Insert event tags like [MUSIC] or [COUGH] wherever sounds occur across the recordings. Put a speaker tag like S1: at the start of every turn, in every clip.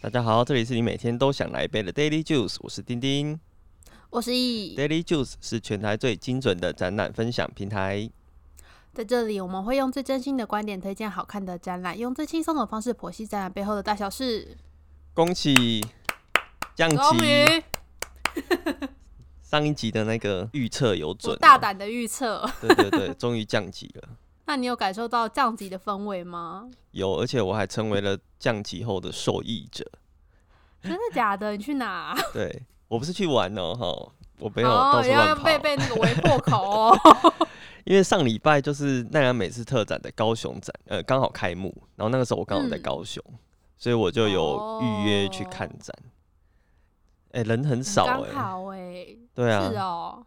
S1: 大家好，这里是你每天都想来一杯的 Daily Juice，我是丁丁。
S2: 我是易，
S1: Daily Juice 是全台最精准的展览分享平台。
S2: 在这里我们会用最真心的观点推荐好看的展览，用最轻松的方式剖析展览背后的大小事。
S1: 恭喜降
S2: 终
S1: 级！
S2: 于，
S1: 上一集的那个预测有
S2: 我
S1: 准哦，
S2: 大胆的预测， [LAUGHS]
S1: 对对对，终于降级了。
S2: 那你有感受到降级的氛
S1: [LAUGHS]
S2: 围吗？
S1: 有，而且我还成为了降级后的受益者。
S2: 真的假的？你去哪？
S1: 对我不是去玩哦，哈，我没有到
S2: 哦，
S1: 处
S2: 要
S1: 乱
S2: 要被
S1: 跑。
S2: 被那个围破口
S1: [LAUGHS]
S2: 哦。
S1: 因为上礼拜就是奈良美智特展的高雄展，呃，刚好开幕，然后那个时候我刚好在
S2: 嗯哦
S1: 高雄，所以我就有预约去看展。哎、人很少
S2: 刚
S1: 哎、
S2: 好哎、
S1: 对啊，
S2: 是哦，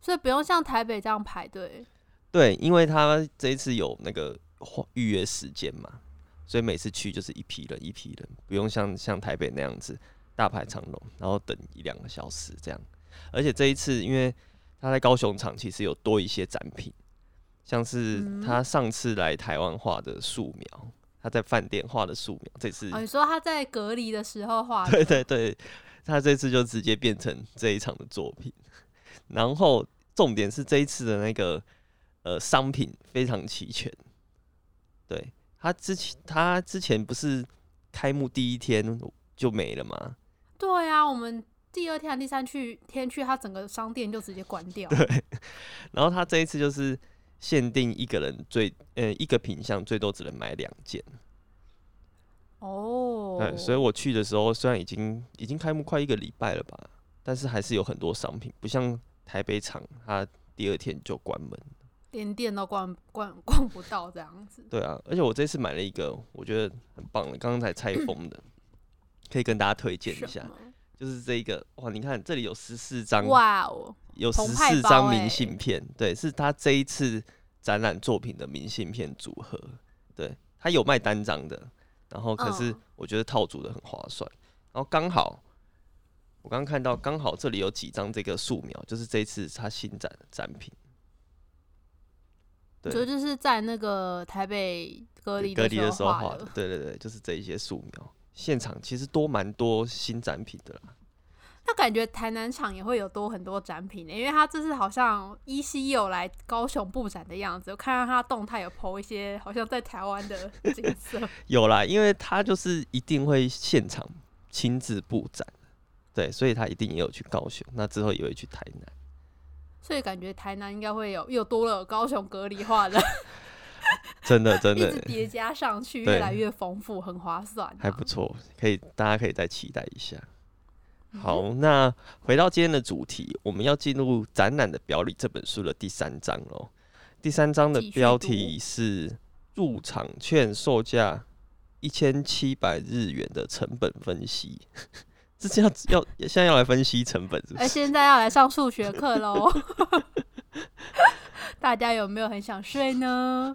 S2: 所以不用像台北这样排队。
S1: 对，因为他这一次有那个花预约时间嘛，所以每次去就是一批人一批人，不用像像台北那样子大排长龙，然后等一两个小时这样。而且这一次，因为他在高雄场其实有多一些展品，像是
S2: 嗯
S1: 他上次来台湾画的素描，他在饭店画的素描，这次、
S2: 哦，你说他在隔离的时候 [LAUGHS] 画的，
S1: 对对对，他这次就直接变成这一场的作品。然后重点是这一次的那个呃商品非常齐全。对他之前他之前不是开幕第一天就没了吗？
S2: 对啊，我们第二天、还是第三去天去，他整个商店就直接关掉。
S1: 然后他这一次就是限定一个人最呃一个品相最多只能买两件。
S2: 哦，
S1: 对，所以我去的时候虽然已经已经开幕快一个礼拜了吧，但是还是有很多商品，不像台北场它第二天就关门。
S2: 连店都逛逛逛不到这样子。
S1: 对啊，而且我这次买了一个我觉得很棒的，刚刚才拆封的，可以跟大家推荐一
S2: 嗯什
S1: 下
S2: 么，
S1: 就是这一个哇，你看这里有十四张，
S2: 哇哦，
S1: 有十
S2: 澎湃
S1: 四
S2: 包
S1: 张
S2: 欸
S1: 明信片，对，是他这一次展览作品的明信片组合，对，他有卖单张的，然后可是
S2: 嗯
S1: 我觉得套组的很划算，然后刚好我刚刚看到刚好这里有几张这个素描，就是这一次他新展的展品，对。
S2: 就就是在那个台北隔离
S1: 隔离的时候
S2: 画
S1: 画的，对对对，就是这一些素描。现场其实多蛮多新展品的啦，
S2: 那感觉台南场也会有多很多展品欸的，因为他这次好像依稀有来高雄布展的样子，我看到他动态有 PO 一些好像在台湾的景
S1: [LAUGHS]
S2: 色。
S1: 有啦，因为他就是一定会现场亲自布展，对，所以他一定也有去高雄，那之后也会去台南。
S2: 所以感觉台南应该会有又多了高雄隔离画的，
S1: 真的真
S2: [LAUGHS] 一直
S1: 的
S2: 叠加上去，
S1: 对
S2: 越来越丰富，很划算、啊。
S1: 还不错，可以大家可以再期待一下。
S2: 嗯
S1: 好，那回到今天的主题，我们要进入《展览的表里》这本书的第三章喽。第三章的
S2: 继续
S1: 标
S2: 读
S1: 题是“入场券售价一千七百日元的成本分析”，这是要要现在要来分析成本是不
S2: 而
S1: 是？
S2: 呃现在要来上数学课喽， [LAUGHS] 大家有没有很想睡呢？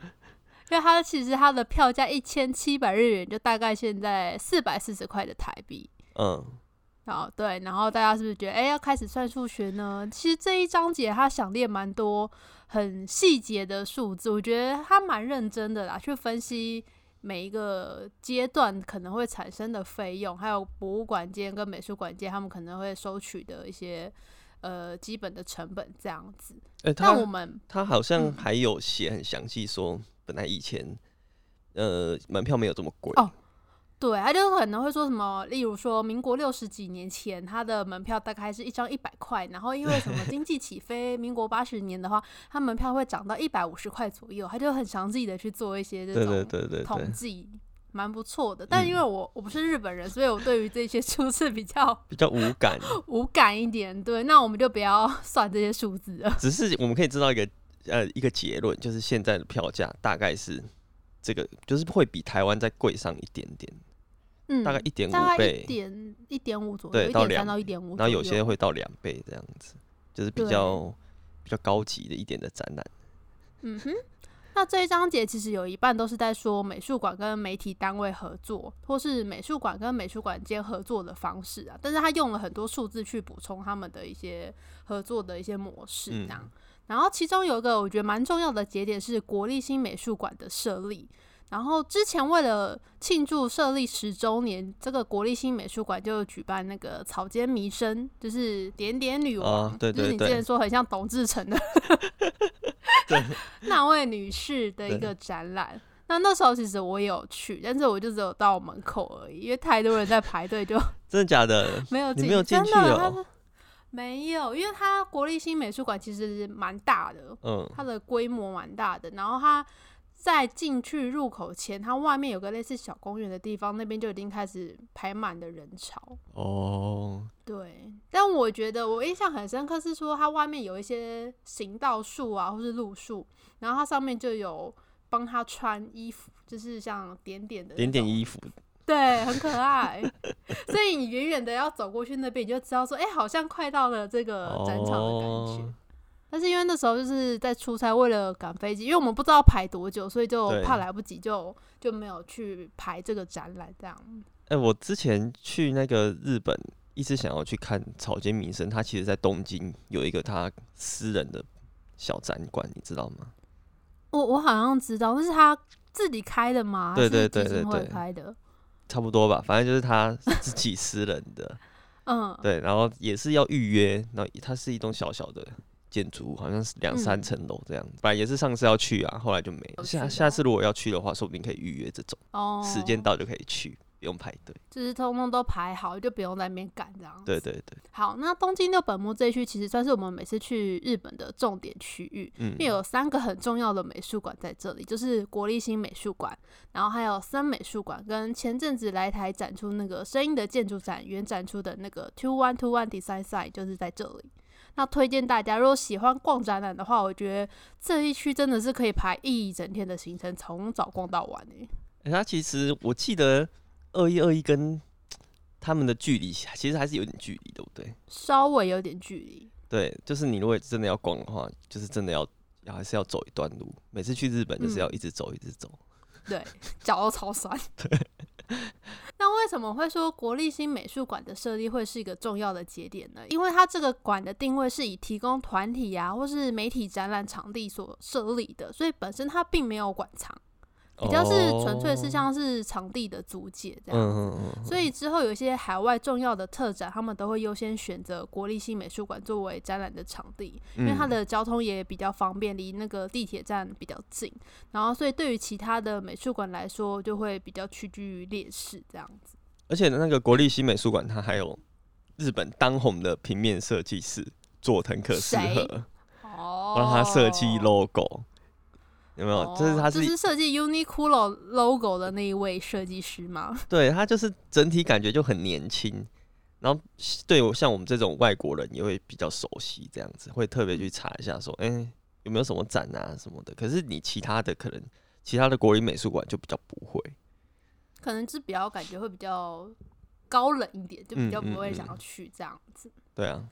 S2: 因为它其实它的票价一千七百日元，就大概现在四百四十块的台币。
S1: 嗯，
S2: 哦，对，然后大家是不是觉得，哎、要开始算数学呢？其实这一章节它想列蛮多很细节的数字，我觉得它蛮认真的啦，去分析每一个阶段可能会产生的费用，还有博物馆间跟美术馆间他们可能会收取的一些呃基本的成本这样子。
S1: 哎、
S2: 那我
S1: 他
S2: 们嗯
S1: 他好像还有写很详细说，本来以前呃门票没有这么贵
S2: 哦对，他就可能会说什么，例如说民国六十几年前，它的门票大概是一张一百块，然后因为什么经济起飞，民国八十年的话，它门票会涨到一百五十块左右，他就很详细的去做一些这
S1: 对对
S2: 种
S1: 对对对嗯
S2: 统，计，蛮不错的。但因为我我不是日本人，所以我对于这些数字比较 [LAUGHS]
S1: 比较无感。
S2: 无感一点。对，那我们就不要 [LAUGHS] 算这些数字了。
S1: 只是我们可以知道一个呃一个结论，就是现在的票价大概是这个，就是会比台湾再贵上一点点，
S2: 嗯，
S1: 大概一点
S2: 大
S1: 五
S2: 概一
S1: 倍，
S2: 点一点五左
S1: 对
S2: 右，一
S1: 到
S2: 点
S1: 两
S2: 三到一点五，
S1: 然后有些会到两倍这样子，就是比
S2: 对
S1: 较比较高级的一点的展览。
S2: 嗯哼，那这一章节其实有一半都是在说美术馆跟媒体单位合作，或是美术馆跟美术馆间合作的方式啊，但是他用了很多数字去补充他们的一些合作的一些模式
S1: 嗯
S2: 这样。然后其中有一个我觉得蛮重要的节点是国立新美术馆的设立。然后之前为了庆祝设立十周年，这个国立新美术馆就举办那个草间弥生，就是点点女王，
S1: 哦对
S2: 就是
S1: 对
S2: 你之
S1: 对
S2: 前说很像董志成的
S1: 对
S2: [LAUGHS] 那位女士的一个展览。那那时候其实我也有去，但是我就只有到门口而已，因为太多人在排队，就 [LAUGHS]
S1: 真的假的？
S2: 没有
S1: 你
S2: 进，
S1: 没有进去
S2: 真的
S1: 哦
S2: 它是没有，因为它国立新美术馆其实蛮大的， [LAUGHS]
S1: 嗯，
S2: 它的规模蛮大的，然后它在进去入口前，它外面有个类似小公园的地方，那边就已经开始排满了人潮。
S1: 哦，
S2: 对，但我觉得我印象很深刻是说，它外面有一些行道树啊，或是路树，然后它上面就有帮他穿衣服，就是像点点的那
S1: 点点
S2: 种
S1: 衣服，
S2: 对，很可爱。所以你远远的要走过去那边，你就知道说，哎、好像快到了这个展场的感觉。
S1: 哦
S2: 但是因为那时候就是在出差，为了赶飞机，因为我们不知道排多久，所以就
S1: 对
S2: 怕来不及就，就没有去排这个展览。这样，
S1: 哎、我之前去那个日本，一直想要去看草间弥生，他其实在东京有一个他私人的小展馆，你知道吗？
S2: 我我好像知道，那是他自己开的吗？
S1: 对对
S2: 是
S1: 对
S2: 基金
S1: 对
S2: 会
S1: 对
S2: 开的。
S1: 差不多吧，反正就是他自己私人的，
S2: 嗯，
S1: 对，然后也是要预约，然后它是一栋小小的建筑物，好像是两三
S2: 嗯
S1: 层楼这样，本来也是上次要去啊，后来就没了。
S2: 有趣
S1: 下
S2: 的
S1: 下
S2: 哦
S1: 次如果要去的话，说不定可以预约这种，
S2: 哦，
S1: 时间，到就可以去，不用排队。
S2: 就是通通都排好，就不用在那边赶这样。
S1: 对对对，
S2: 好，那东京六本木这一区其实算是我们每次去日本的重点区域，
S1: 嗯
S2: 因为，有三个很重要的美术馆在这里，就是国立新美术馆，然后还有森美术馆，跟前阵子来台展出那个声音的建筑展原展出的那个 Two One Two One Design Site 就是在这里。那推荐大家，如果喜欢逛展览的话，我觉得这一区真的是可以排一整天的行程，从早逛到晚诶、
S1: 欸它其实我记得二一二一跟他们的距离其实还是有点距离，对不对？
S2: 稍微有点距离。
S1: 对，就是你如果真的要逛的话，就是真的要要还是要走一段路。每次去日本就是要
S2: 嗯
S1: 一直走，一直走。
S2: 对，脚都
S1: [LAUGHS]
S2: 超酸。那为什么会说国立新美术馆的设立会是一个重要的节点呢？因为它这个馆的定位是以提供团体啊或是媒体展览场地所设立的，所以本身它并没有馆藏，比较是纯粹是
S1: 哦
S2: 像是场地的租借这样。
S1: 嗯嗯嗯，
S2: 所以之后有一些海外重要的特展，他们都会优先选择国立新美术馆作为展览的场地，因为它
S1: 嗯
S2: 的交通也比较方便，离那个地铁站比较近，然后所以对于其他的美术馆来说，就会比较屈居于劣势这样子。
S1: 而且那个国立新美术馆，它还有日本当红的平面设计师佐藤可士
S2: 谁
S1: 和
S2: 哦
S1: 帮他设计 logo，有没有？就是他
S2: 哦就是是设计 Uniqlo logo 的那一位设计师吗？ [LAUGHS]
S1: 对他就是整体感觉就很年轻，然后对我像我们这种外国人也会比较熟悉，这样子会特别去查一下说，哎、有没有什么展啊什么的。可是你其他的可能其他的国立美术馆就比较不会，
S2: 可能就是比较感觉会比较高冷一点，就比较
S1: 嗯嗯
S2: 不会想
S1: 嗯
S2: 要去这样子。
S1: 对啊，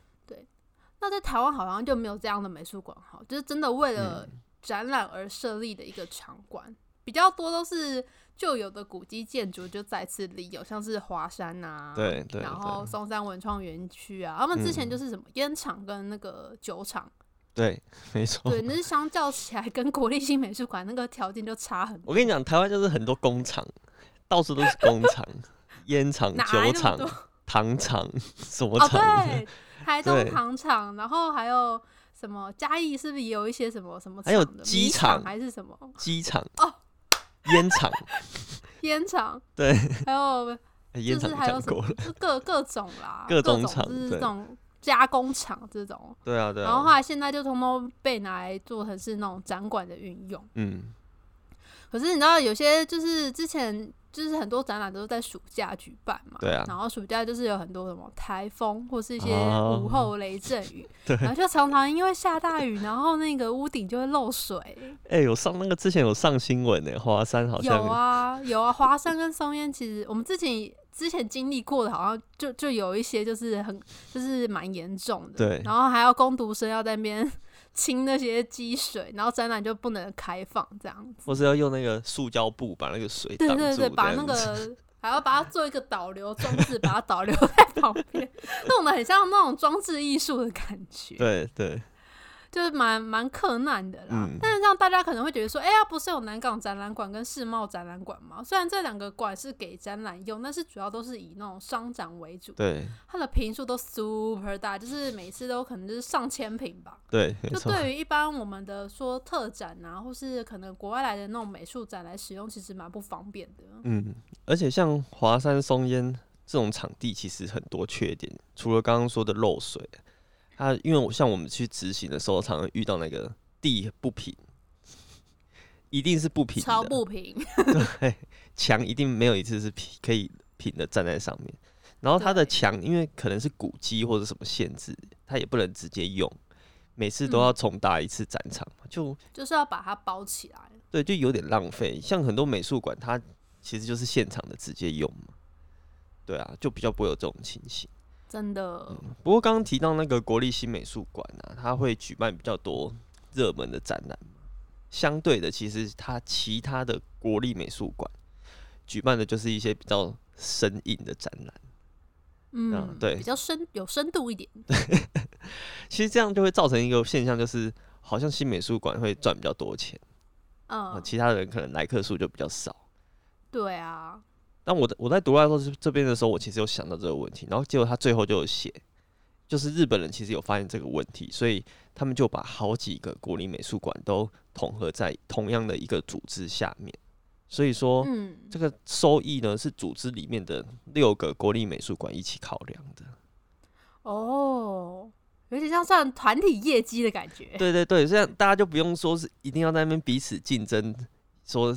S2: 那在台湾好像就没有这样的美术馆，好，就是真的为了
S1: 嗯
S2: 展览而设立的一个场馆，比较多都是旧有的古迹建筑就再次利用，像是华山啊，，
S1: 对对
S2: 然后
S1: 对
S2: 松山文创园区啊，他们之前
S1: 嗯
S2: 就是什么烟厂跟那个酒
S1: [LAUGHS]
S2: 厂，
S1: 对，没错。
S2: 对，那是相较起来跟国立新美术馆那个条件就差很多。
S1: 我跟你讲，台湾就是很多工厂，到处都是工
S2: [LAUGHS]
S1: 厂、烟厂、
S2: 哪来
S1: 酒
S2: 那么
S1: 厂
S2: 多、 [LAUGHS]
S1: 糖厂， [LAUGHS] 什么
S2: 哦，
S1: 厂？ [LAUGHS]
S2: 对，台东
S1: 对
S2: 糖厂，然后还有什么嘉义是不是也有一些什么什么
S1: 还有
S2: 厂的
S1: 机
S2: 米厂
S1: 场
S2: 还是什么
S1: 机场
S2: 哦、
S1: 烟
S2: [LAUGHS]
S1: 厂，
S2: 烟厂？
S1: [LAUGHS] 对，[LAUGHS]
S2: 还有
S1: 哎烟
S2: 就
S1: 厂
S2: 是还有
S1: 讲
S2: 什
S1: 过
S2: 么
S1: 了，，
S2: 就各各种啦，各
S1: 各种
S2: 种
S1: 厂
S2: 就是这
S1: 对
S2: 种加工厂这种，
S1: 对啊对
S2: 然后后
S1: 啊，
S2: 来现在就通通被拿来做成是那种展馆的运用。
S1: 嗯，
S2: 可是你知道，有些就是之前就是很多展览都是在暑假举办嘛，
S1: 对啊
S2: 然后暑假就是有很多什么台风或是一些
S1: 哦
S2: 午后雷阵雨，
S1: [LAUGHS] 对
S2: 然后就常常因为下大雨，然后那个屋顶就会漏水。
S1: [LAUGHS] 哎、有上那个之前有上新闻呢、华山好
S2: 有
S1: 像
S2: 啊，有啊，华山跟松烟其实我们自己之前经历过的，好像就就有一些就是很就是蛮严重的，
S1: 对
S2: 然后还要工读生要在那边 [LAUGHS] 清那些积水，然后展览就不能开放这样子。
S1: 或是要用那个塑胶布把那个水
S2: 对
S1: 挡住
S2: 对
S1: 这
S2: 对，
S1: 样子，
S2: 把那个还要把它做一个导流装置，把它导流 [LAUGHS] 在旁边，弄得很像那种装置艺术的感觉。
S1: 对对，
S2: 就是蛮蛮克难的啦。
S1: 嗯
S2: 但是让大家可能会觉得说，哎、呀，不是有南港展览馆跟世贸展览馆吗？虽然这两个馆是给展览用，但是主要都是以那种商展为主，
S1: 对
S2: 它的坪数都 super 大，就是每次都可能就是上千坪吧。
S1: 对，没
S2: 就
S1: 错，
S2: 对于一般我们的说特展啊，或是可能国外来的那种美术展来使用，其实蛮不方便的。
S1: 嗯，而且像华山松烟这种场地，其实很多缺点，除了刚刚说的漏水，啊它因为我像我们去执行的时候，常常遇到那个地不平，一定是不平
S2: 超
S1: 的，
S2: 不平， [LAUGHS]
S1: [LAUGHS] 墙一定没有一次是平可以平的站在上面。然后它的
S2: 对
S1: 墙，因为可能是古迹或者什么限制，它也不能直接用，每次都要重搭一次展场，就
S2: 就是要把它包起来。
S1: 对，就有点浪费。像很多美术馆，它其实就是现场的直接用嘛，对啊，就比较不会有这种情形。
S2: 真的，
S1: 不过刚刚提到那个国立新美术馆啊，它会举办比较多热门的展览嘛。相对的，其实它其他的国立美术馆举办的就是一些比较生硬的展览。
S2: 嗯，
S1: 啊对
S2: 比较深有深度一点。
S1: 其实这样就会造成一个现象，就是好像新美术馆会赚比较多钱，啊，
S2: 嗯，
S1: 其他人可能来客数就比较少。
S2: 对啊，
S1: 但我的我在读到这这边的时候，我其实有想到这个问题，然后结果他最后就有写，就是日本人其实有发现这个问题，所以他们就把好几个国立美术馆都统合在同样的一个组织下面，所以说
S2: 嗯，
S1: 哦这个收益呢是组织里面的六个国立美术馆一起考量的。
S2: 哦，有点像算团体业绩的感觉。
S1: 对对对，这样大家就不用说是一定要在那边彼此竞争，说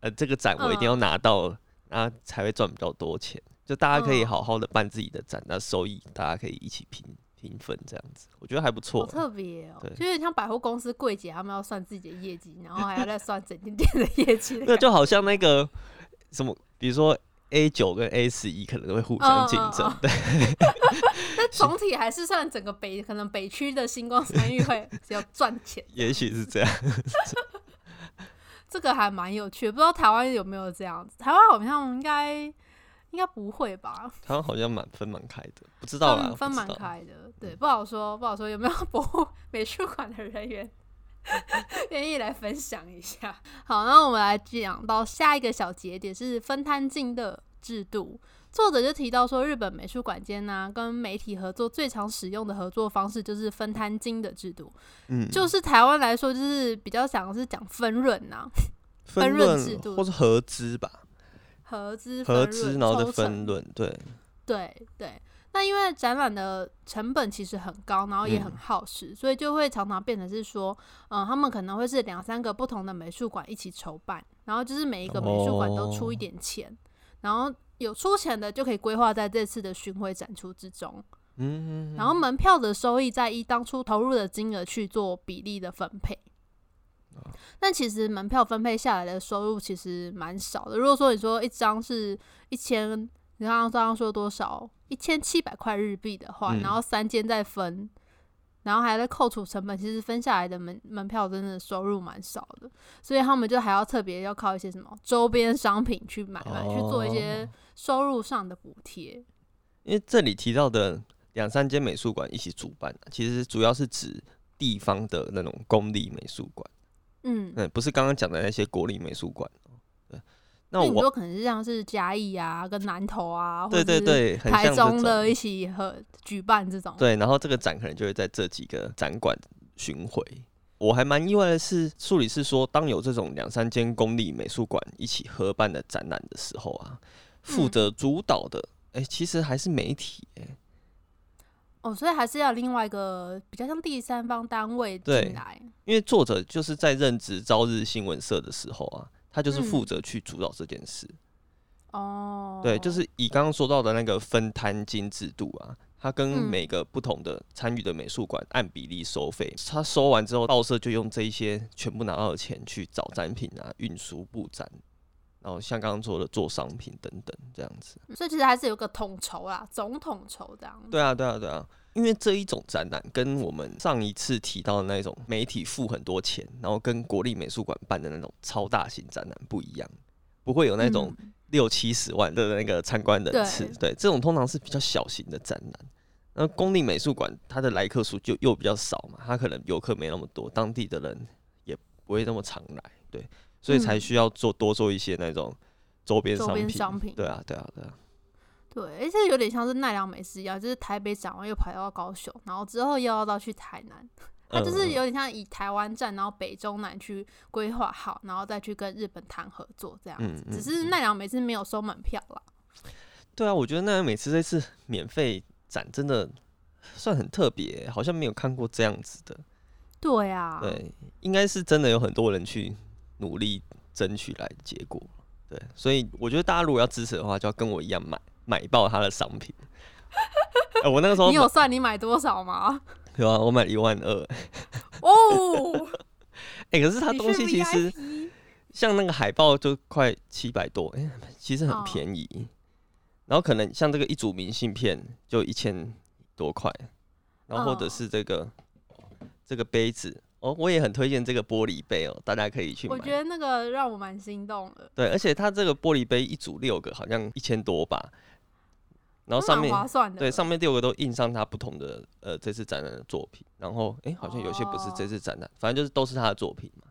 S1: 呃这个展我一定要拿到，然后才会赚比较多钱。就大家可以
S2: 嗯
S1: 好好的办自己的展，那收益大家可以一起平平分这样子，我觉得还不错
S2: 好。特别哦
S1: 对，
S2: 就有点像百货公司柜姐，他们要算自己的业绩，然后还要再算整间店的业绩的
S1: 那
S2: 感觉。
S1: 就好像那个什么，比如说 A 九跟 A 十一可能会互相竞争，
S2: 嗯嗯嗯
S1: 对
S2: 但总体还是算整个北，可能北区的星光三育会是要赚钱，
S1: 也许是这样。
S2: 这个还蛮有趣的。不知道台湾有没有这样子？台湾好像应该应该不会吧？
S1: 台湾好像满分蛮开的，不知道啦，
S2: 分分
S1: 不知
S2: 蛮
S1: 道。
S2: 开的，对，不好说，不好说有没有博物美术馆的人
S1: [LAUGHS]
S2: 员愿意来分享一下。好，那我们来讲到下一个小节点是分摊进的制度。作者就提到说，日本美术馆间呢、跟媒体合作最常使用的合作方式就是分摊金的制度，
S1: 嗯，
S2: 就是台湾来说，就是比较想是讲分润啊呐、
S1: 分
S2: 分润
S1: 论
S2: 制度
S1: 或是合资吧，
S2: 合资分
S1: 合
S2: 润
S1: 资然后再
S2: 抽成
S1: 分论，对，
S2: 对对，那因为展览的成本其实很高，然后也很
S1: 嗯
S2: 耗时，所以就会常常变成是说，嗯、他们可能会是两三个不同的美术馆一起筹办，然后就是每一个美术馆都出一
S1: 哦
S2: 点钱，然后有出钱的就可以规划在这次的巡回展出之中，
S1: 嗯，
S2: 然后门票的收益再依当初投入的金额去做比例的分配。
S1: 哦
S2: 但其实门票分配下来的收入其实蛮少的。如果说你说一张是一千，你刚刚刚刚说多少？一千七百块日币的话，
S1: 嗯
S2: 然后三间再分，然后还在扣除成本，其实分下来的门门票真的收入蛮少的。所以他们就还要特别要靠一些什么周边商品去买卖，去做
S1: 哦
S2: 一些收入上的补贴。
S1: 因为这里提到的两三间美术馆一起主办，其实主要是指地方的那种公立美术馆，
S2: 嗯，
S1: 嗯，不是刚刚讲的那些国立美术馆哦。对，那
S2: 那你
S1: 我
S2: 说可能是像是嘉义啊、跟南投啊，
S1: 对对，对，很
S2: 台
S1: 像
S2: 中
S1: 这
S2: 的
S1: 种
S2: 一起和举办这种，
S1: 对，然后这个展可能就会在这几个展馆巡回。我还蛮意外的是，数理是说，当有这种两三间公立美术馆一起合办的展览的时候啊，负
S2: 嗯
S1: 责主导的，哎、其实还是媒体、哎。
S2: 哦，所以还是要另外一个比较像第三方单位
S1: 对
S2: 进来，
S1: 因为作者就是在任职朝日新闻社的时候啊，他就是负
S2: 嗯
S1: 责去主导这件事。
S2: 哦，
S1: 对，就是以刚刚说到的那个分摊金制度啊，他跟
S2: 嗯
S1: 每个不同的参与的美术馆按比例收费，他收完之后，报社就用这一些全部拿到的钱去找展品啊、运输布展，然后像刚刚说的做商品等等这样子。
S2: 所以其实还是有个统筹啦，总统筹这样，
S1: 对啊，对啊，对啊，因为这一种展览跟我们上一次提到的那种媒体付很多钱，然后跟国立美术馆办的那种超大型展览不一样，不会有那种
S2: 嗯
S1: 六七十万的那个参观人次。
S2: 对
S1: 对，这种通常是比较小型的展览，那公立美术馆它的来客数就又比较少嘛，它可能游客没那么多，当地的人也不会那么常来，对，所以才需要做多做一些那种周边
S2: 嗯周
S1: 商
S2: 边
S1: 品。
S2: 商品
S1: 对啊，对啊，对啊，
S2: 对，而且有点像是奈良美食一样，就是台北展完又跑到高雄，然后之后又要到去台南，它就
S1: 嗯
S2: 是
S1: 嗯
S2: 有点像以台湾站，然后北中南去规划好，然后再去跟日本谈合作这样
S1: 嗯
S2: 子。
S1: 嗯
S2: 只是奈良美食没有收门票啦，
S1: 对啊，我觉得那每次这次免费展真的算很特别欸、好像没有看过这样子的。
S2: 对啊，
S1: 对，应该是真的有很多人去努力争取来的结果。对，所以我觉得大家如果要支持的话，就要跟我一样买买爆他的商
S2: [LAUGHS]
S1: 品。呃我那个时候
S2: 你有算你买多少
S1: [LAUGHS]
S2: 吗？
S1: 买有啊，我买一万二。 [LAUGHS]
S2: 哦，
S1: 哎、可是它
S2: 你
S1: 东西
S2: 是
S1: 其实
S2: VIP
S1: 像那个海报就快七百多，哎、其实
S2: 哦
S1: 很便宜。然后可能像这个一组明信片就一千多块，然后或者
S2: 嗯
S1: 是这个、这个杯子哦，我也很推荐这个玻璃杯哦，大家可以去买。
S2: 我觉得那个让我蛮心动的，
S1: 对，而且它这个玻璃杯一组六个，好像一千多吧。然后
S2: 那
S1: 上
S2: 蛮
S1: 面
S2: 划算的，
S1: 对上面六个都印上他不同的呃这次展览的作品，然后诶，好像有些不是这次展览，反正就是都是他的作品嘛。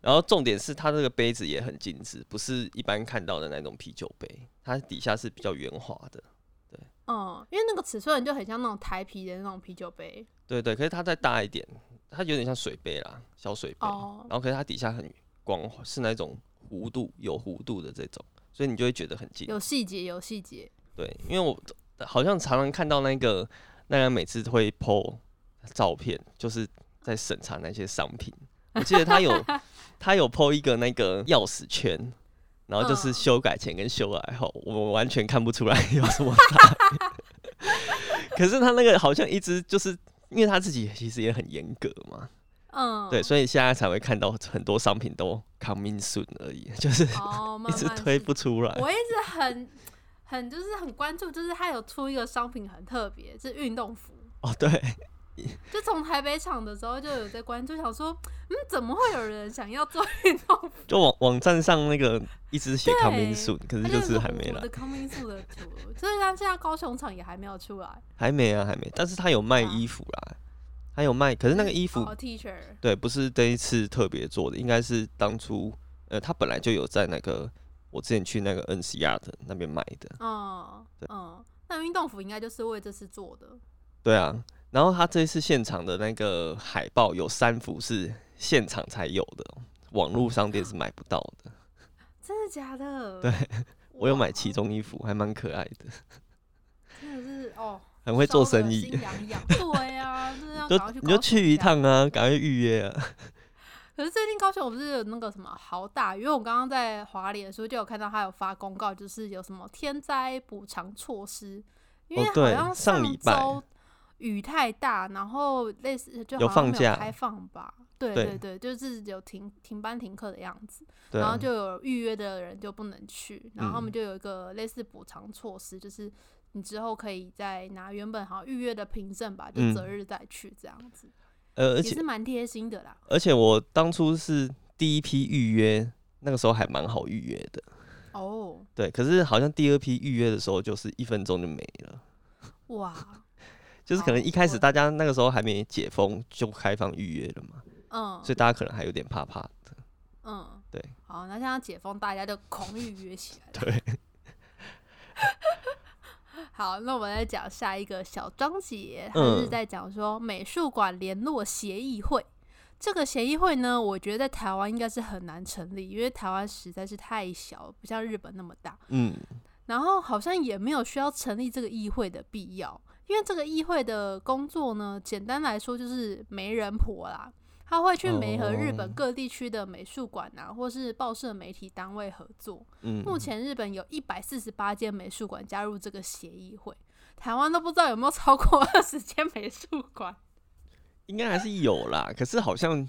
S1: 然后重点是它这个杯子也很精致，不是一般看到的那种啤酒杯，它底下是比较圆滑的。
S2: 嗯，因为那个尺寸就很像那种台啤的那种啤酒杯
S1: 对对，可是它再大一点，它有点像水杯啦，小水杯。
S2: 哦
S1: 然后可是它底下很光滑，是那种弧度有弧度的这种，所以你就会觉得很精致
S2: 有细节，有细节，
S1: 对，因为我好像常常看到那个那个每次会 PO 照片，就是在审查那些商品。我记得他
S2: [LAUGHS]
S1: 有他有 PO 一个那个钥匙圈，然后就是
S2: 嗯
S1: 修改前跟修改后，我完全看不出来 [LAUGHS] 有什么差别。 [LAUGHS] 可是他那个好像一直就是因为他自己其实也很严格嘛，
S2: 嗯，
S1: 对，所以现在才会看到很多商品都 coming soon 而已，就是 [LAUGHS]
S2: 哦，慢
S1: 一直
S2: 慢
S1: 推
S2: 试
S1: 不出来。
S2: 我一直很很就是很关注，就是他有出一个商品很特别，是运动服。
S1: 哦，对，
S2: 就从台北场的时候就有在关注，想说，嗯，怎么会有人想要做运动服？
S1: 就网网站上那个一直写
S2: 对
S1: coming soon，可是
S2: 它
S1: 就
S2: 有
S1: 是
S2: 个
S1: 还
S2: 很
S1: 没
S2: 土
S1: 来 [LAUGHS]
S2: 的，康明素的图，所以他现在高雄场也还没有出来。
S1: 还没啊，还没。但是他有卖
S2: 啊
S1: 衣服啦，他有卖，可是那个衣服、
S2: 哦，T 恤，
S1: 对，不是这一次特别做的，应该是当初呃，他本来就有在那个我之前去那个 NCR 的那边买的，
S2: 嗯
S1: 对
S2: 嗯，那运动服应该就是为这次做的。
S1: 对啊。然后他这次现场的那个海报有三幅是现场才有的哦，网络商店是买不到的。
S2: 真的假
S1: [LAUGHS]
S2: 的？
S1: 对，我有买
S2: 哇
S1: 其中一幅，还蛮可爱的，
S2: 真的是哦，
S1: 很会做
S2: 烧得
S1: 生意
S2: 心。痒
S1: [LAUGHS]
S2: 痒。对啊，就是要
S1: 就
S2: 赶快去
S1: 你就
S2: 高雄
S1: 去一
S2: 下
S1: 趟啊，赶快预约啊。
S2: 可是最近高雄不是有那个什么豪大？因为我刚刚在华联的时候就有看到他有发公告，就是有什么天灾补偿措施，因为
S1: 哦
S2: 好
S1: 对
S2: 像
S1: 上礼拜
S2: 周雨太大，然后类似就
S1: 有
S2: 好像
S1: 放
S2: 没
S1: 假
S2: 开放吧？对
S1: 对
S2: 对对，就是有停停班停课的样子，
S1: 对啊、
S2: 然后就有预约的人就不能去，然后他们
S1: 嗯
S2: 就有一个类似补偿措施，就是你之后可以再拿原本好像预约的凭证吧，就
S1: 嗯
S2: 择日再去这样子，
S1: 呃，而
S2: 也
S1: 且
S2: 是蛮贴心的啦。
S1: 而且我当初是第一批预约，那个时候还蛮好预约的，
S2: 哦，
S1: 对。可是好像第二批预约的时候，就是一分钟就没了，
S2: 哇。
S1: 就是可能
S2: 哦
S1: 一开始
S2: 对
S1: 大家那个时候还没解封就开放预约了嘛，
S2: 嗯
S1: 所以大家可能还有点怕怕的， [LAUGHS]
S2: 嗯，
S1: 对。
S2: 好，那现在解封，大家就狂预约起来了。 [LAUGHS]
S1: 对。
S2: 好，那我们再讲下一个小章节，它是
S1: 嗯
S2: 在讲说美术馆联络协议会。这个协议会呢，我觉得在台湾应该是很难成立，因为台湾实在是太小了，不像日本那么大。
S1: 嗯，
S2: 然后好像也没有需要成立这个议会的必要，因为这个议会的工作呢，简单来说就是媒人婆啦，他会去媒和日本
S1: 哦
S2: 各地区的美术馆啊，或是报社媒体单位合作。
S1: 嗯
S2: 目前日本有一百四十八间美术馆加入这个协议会，台湾都不知道有没有超过二十间美术馆。
S1: 应该还是有啦。可是好像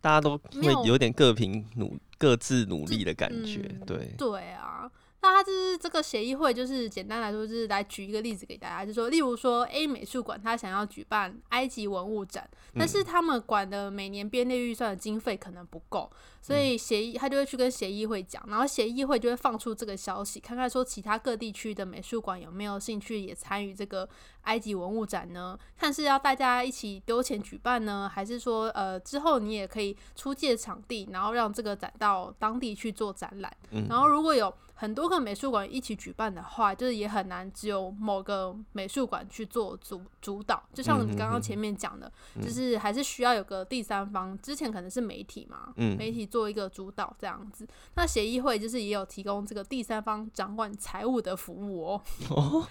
S1: 大家都
S2: 没
S1: 会
S2: 有
S1: 有点各凭努各自努力的感觉，
S2: 嗯
S1: 对。
S2: [LAUGHS] 对啊，那他就是这个协议会，就是简单来说，就是来举一个例子给大家，就说，例如说 A 美术馆他想要举办埃及文物展，但
S1: 嗯
S2: 是他们馆的每年编列预算的经费可能不够，所
S1: 嗯
S2: 以协议他就会去跟协议会讲，然后协议会就会放出这个消息，看看说其他各地区的美术馆有没有兴趣也参与这个埃及文物展呢？看是要大家一起丢钱举办呢，还是说呃之后你也可以出借场地，然后让这个展到当地去做展览？
S1: 嗯
S2: 然后如果有很多个美术馆一起举办的话，就是也很难只有某个美术馆去做主主导。就像
S1: 嗯
S2: 你刚刚前面讲的，就是还是需要有个第三方，之前可能是媒体嘛，
S1: 嗯
S2: 媒体做一个主导这样子。那协议会就是也有提供这个第三方掌管财务的服务哦。 [LAUGHS]
S1: 哦，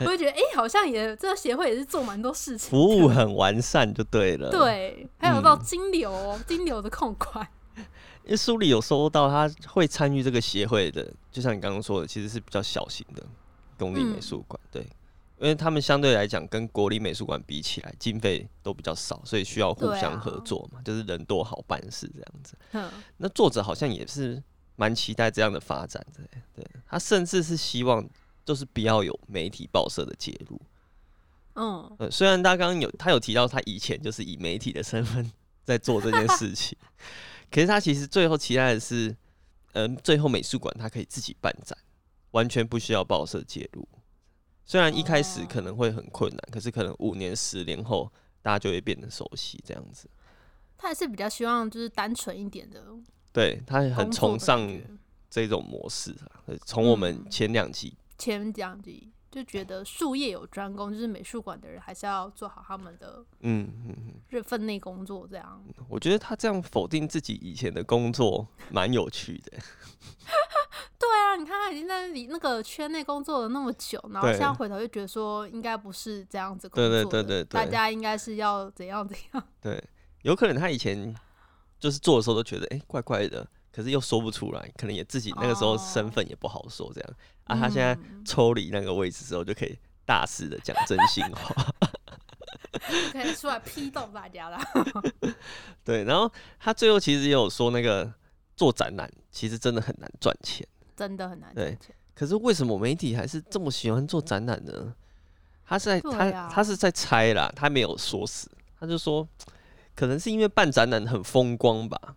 S2: 我就觉得，哎、好像也这个协会也是做蛮多事情
S1: 服
S2: 的，
S1: 务很完善就对了。，
S2: 对，还有到金流哦，金流的控管， [LAUGHS]
S1: 因为书里有说到，他会参与这个协会的，就像你刚刚说的，其实是比较小型的公立美
S2: 嗯
S1: 术馆，对，因为他们相对来讲跟国立美术馆比起来，经费都比较少，所以需要互
S2: 对
S1: 相
S2: 啊
S1: 合作嘛，就是人多好办事这样子。
S2: 嗯，
S1: 那作者好像也是蛮期待这样的发展的欸，对他甚至是希望就是不要有媒体报社的介入。
S2: 嗯，
S1: 呃，虽然他刚刚有他有提到他以前就是以媒体的身份在做这件事
S2: [LAUGHS]
S1: 情，可是他其实最后期待的是，嗯、最后美术馆他可以自己办展，完全不需要报社介入。虽然一开始可能会很困难，可是可能五年、十年后，大家就会变得熟悉这样子。
S2: 他还是比较希望就是单纯一点的工
S1: 对他也
S2: 作的
S1: 很
S2: 感觉，
S1: 崇尚这种模式啊。呃从我们
S2: 嗯
S1: 前两集，
S2: 前两集就觉得术业有专攻，就是美术馆的人还是要做好他们的
S1: 嗯嗯嗯，
S2: 这份内工作，这样
S1: 我觉得他这样否定自己以前的工作，蛮有趣的。
S2: 对啊，你看他已经在那里那个圈内工作了那么久，然后
S1: 对
S2: 现在回头就觉得说，应该不是这样子工
S1: 对
S2: 作
S1: 对
S2: 的，
S1: 对对对
S2: 大家应该是要怎样怎样，
S1: 对，有可能他以前就是做的时候都觉得哎、诶怪怪的，可是又说不出来，可能也自己那个时候身份也不好说这样、 [LAUGHS] 啊。他现在
S2: 嗯
S1: 抽离那个位置之后，就可以大肆的讲真心话。 [LAUGHS]
S2: 就可以出来批斗大家啦。
S1: 对，然后他最后其实也有说，那个做展览其实真的很难赚钱。
S2: 真的很难
S1: 对
S2: 赚钱。
S1: 可是为什么媒体还是这么喜欢做展览呢？他是在、
S2: 对
S1: 他
S2: 啊
S1: 他是在猜啦，他没有说死，他就说可能是因为办展览很风光
S2: [LAUGHS]
S1: 吧。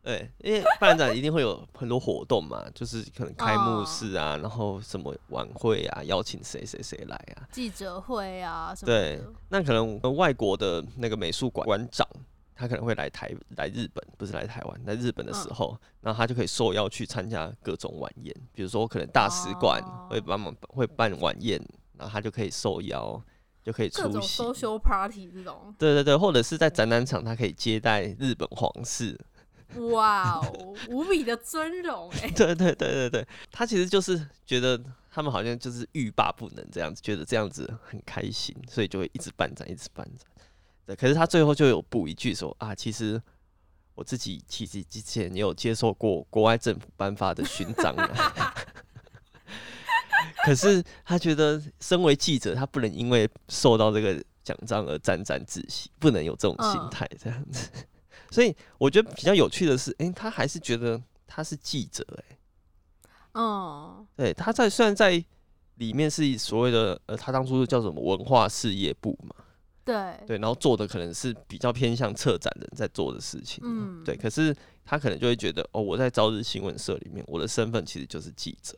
S1: 对，因为办展一定会有很多活动嘛，就是可能开幕
S2: 哦
S1: 式啊，然后什么晚会啊，邀请谁谁谁来啊，
S2: 记者会啊什么
S1: 对
S2: 的，，
S1: 那可能呃外国的那个美术馆馆长，他可能会来台来日本，不是来台湾，来日本的时
S2: 嗯
S1: 候，然后他就可以受邀去参加各种晚宴，比如说可能大使馆会
S2: 哦
S1: 帮忙会办晚宴，然后他就可以受邀，就可以
S2: 各
S1: 出
S2: 种
S1: 席。
S2: social party 这种，
S1: 对对对，或者是在展览场，他可以接待日本皇室。
S2: 哇哦，无比的尊荣哎、
S1: 对对对对对，他其实就是觉得他们好像就是欲罢不能这样子，觉得这样子很开心，所以就会一直办展，一直办展。对，可是他最后就有补一句说啊，其实我自己其实之前也有接受过国外政府颁发的勋章、啊。 [LAUGHS] 可是他觉得，身为记者，他不能因为受到这个奖章而沾沾自喜，不能有这种心
S2: 嗯
S1: 态这样子。 [LAUGHS] 所以我觉得比较有趣的是，诶、他还是觉得他是记者、诶。
S2: 嗯，
S1: 对，他在虽然在里面是所谓的呃，他当初是叫什么文化事业部嘛，
S2: 对，
S1: 对，然后做的可能是比较偏向策展人在做的事情，啊
S2: 嗯
S1: 对，可是他可能就会觉得哦，我在朝日新闻社里面，我的身份其实就是记者，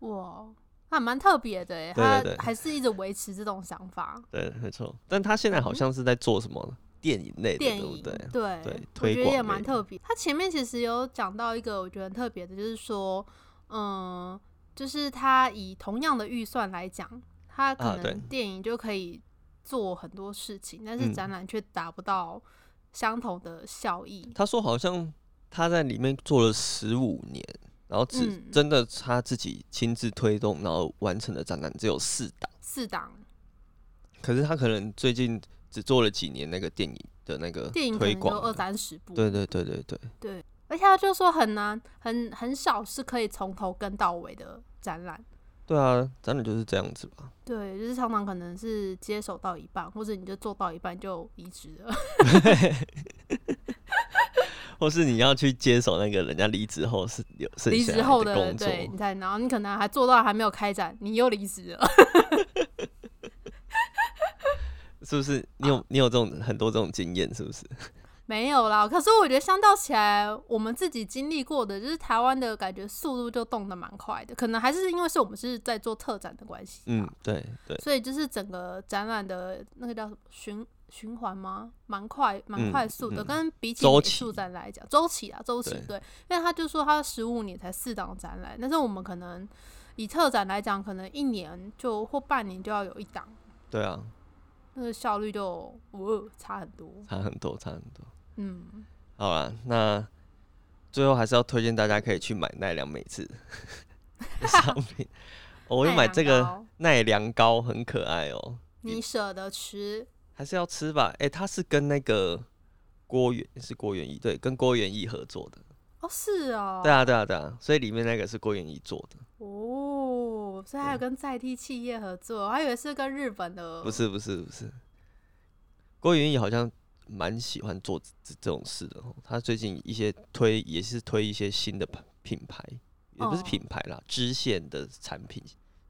S2: 哇，那蛮特别的哎、
S1: 对
S2: 他
S1: 对对
S2: 还是一直维持这种想法。
S1: 对，没错，但他现在好像是在做什么电影类的，
S2: 嗯电
S1: 对不
S2: 影
S1: 对？
S2: 对
S1: 对
S2: 我
S1: 推
S2: 觉得
S1: 广
S2: 也
S1: 类
S2: 蛮
S1: 的
S2: 特别。他前面其实有讲到一个我觉得很特别的，就是说，嗯，就是他以同样的预算来讲，他
S1: 啊
S2: 可
S1: 对
S2: 能电影就可以做很多事情，但是
S1: 嗯
S2: 展览却达不到相同的效益。
S1: 他说好像他在里面做了十五年。然后只
S2: 嗯
S1: 真的他自己亲自推动，然后完成的展览只有四档。
S2: 四档
S1: 可是他可能最近只做了几年那个电影的那个
S2: 电影可
S1: 推
S2: 能就
S1: 广
S2: 二
S1: 了，
S2: 三十部，
S1: 对对对对对，
S2: 而且他就说很难，很很少是可以从头跟到尾的展览。
S1: 对啊，真的就是这样子吧。
S2: 对，就是常常可能是接手到一半，或者你就做到一半就离职了。
S1: 或是你要去接手那个人家离职后是有剩
S2: 离
S1: 下
S2: 职后
S1: 的
S2: 的
S1: 工作，
S2: 对，你才然后你可能还做到还没有开展，你又离职了。 [LAUGHS]
S1: 是不是？你有、你有这种很多这种经验，是不是？
S2: 没有啦，可是我觉得相较起来，我们自己经历过的，就是台湾的感觉速度就动得蛮快的，可能还是因为是我们是在做特展的关系，
S1: 嗯，对对，
S2: 所以就是整个展览的那个叫什么循循环吗？蛮快蛮快速的，
S1: 嗯
S2: 跟比起
S1: 周
S2: 美
S1: 期
S2: 术展来讲，周期啊周期
S1: 对
S2: 对，因为他就说他十五年才四档展览，但是我们可能以特展来讲，可能一年就或半年就要有一档，
S1: 对啊，
S2: 那个效率就哦差很多，
S1: 差很多，差很多。
S2: 嗯，
S1: 好啦，那最后还是要推荐大家可以去买奈良美智 [LAUGHS] 的商品。
S2: [LAUGHS]
S1: 哦我
S2: 我
S1: 有买这个奈良糕，很可爱哦、
S2: 你舍得吃？
S1: 还是要吃吧。哎、它是跟那个郭元是郭元义对，跟郭元义合作的。
S2: 哦，是哦，
S1: 对啊，对啊，对啊，所以里面那个是郭元义做的，
S2: 哦，所以还有跟在地企业合作，我还以为是跟日本的，
S1: 不是，不是，不是。郭元义好像蛮喜欢做这这种事的哦。他最近一些推也是推一些新的品品牌，也不是
S2: 哦
S1: 品牌啦，支线的产品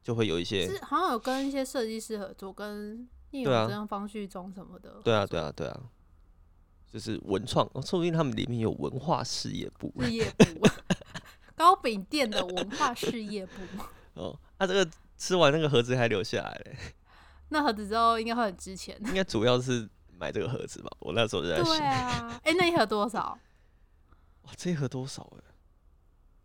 S1: 就会有一些。
S2: 是好像有跟一些设计师合作，跟聂
S1: 对啊
S2: 永真、方旭中什么的，
S1: 对啊，对啊，对啊，就是文创，哦说不定他们里面有文化事业部
S2: 事业部 [LAUGHS] 糕饼店的文化事业部。
S1: 哦。他、这个吃完那个盒子还留下来嘞，
S2: 那盒子之后应该会很值钱。
S1: 应该主要是买这个盒子吧。我那时候就在
S2: 对
S1: 想，
S2: 啊，哎、那一盒多少？
S1: 哇，这一盒多少哎、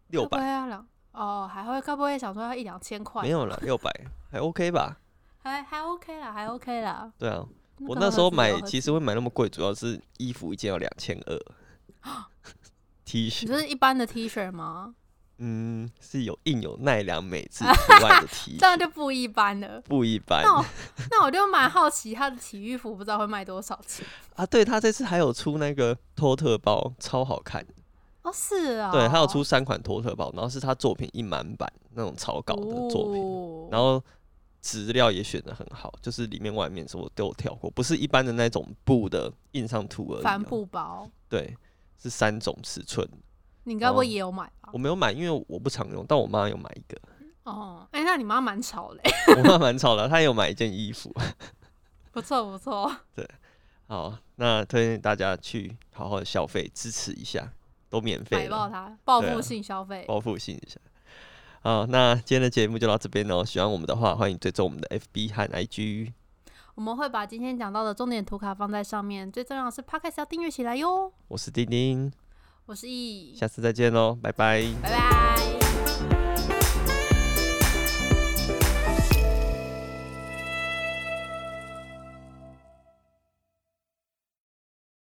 S1: 六
S2: 会不
S1: 百
S2: 会要两哦，还会该不会想说要一两千块？
S1: 没有啦，六百还 OK 吧？
S2: 还还 OK 啦，还 OK 啦。
S1: 对啊，
S2: 那
S1: 我
S2: 个
S1: 那
S2: 盒
S1: 时候
S2: 子
S1: 买
S2: 有盒
S1: 其实会买那么贵，主要是衣服一件要两千二 [LAUGHS] ，T
S2: 你
S1: 恤，
S2: 就是一般的 T 恤吗？
S1: 嗯，是有印有奈良美
S2: [LAUGHS]
S1: 智图案的 T
S2: 这样
S1: 恤，
S2: 就不一般了。
S1: 不一般
S2: 那我那我就蛮好奇他的体育服不知道会卖多少钱
S1: 啊。对他这次还有出那个托特包，超好看。
S2: 哦，是啊、
S1: 对，他有出三款托特包，然后是他作品一满版那种草稿的作品，
S2: 哦
S1: 然后质料也选的很好，就是里面外面什么都有跳过，不是一般的那种布的印上图而已、啊
S2: 帆，布包，
S1: 对，是三种尺寸。
S2: 你该不
S1: 哦
S2: 会也有买吧
S1: 我？没有买，因为我不常用，但我妈有买一个，
S2: 哦，哎、那你妈蛮潮的、
S1: 我妈蛮吵的，她也有买一件衣服。
S2: [LAUGHS] 不错不错。
S1: 好，那推荐大家去好好的消费，支持一下，都免费
S2: 买
S1: 了
S2: 爆。它，报
S1: 对啊
S2: 复性消费。
S1: 报复性一下。好，那今天的节目就到这边哦喽。喜欢我们的话，欢迎追踪我们的 FB 和 IG。
S2: 我们会把今天讲到的重点图卡放在上面，最重要的是 Podcast 要订阅起来哟。
S1: 我是丁丁，
S2: 我是易，E，
S1: 哦下次再见喽，拜拜。
S2: 拜拜。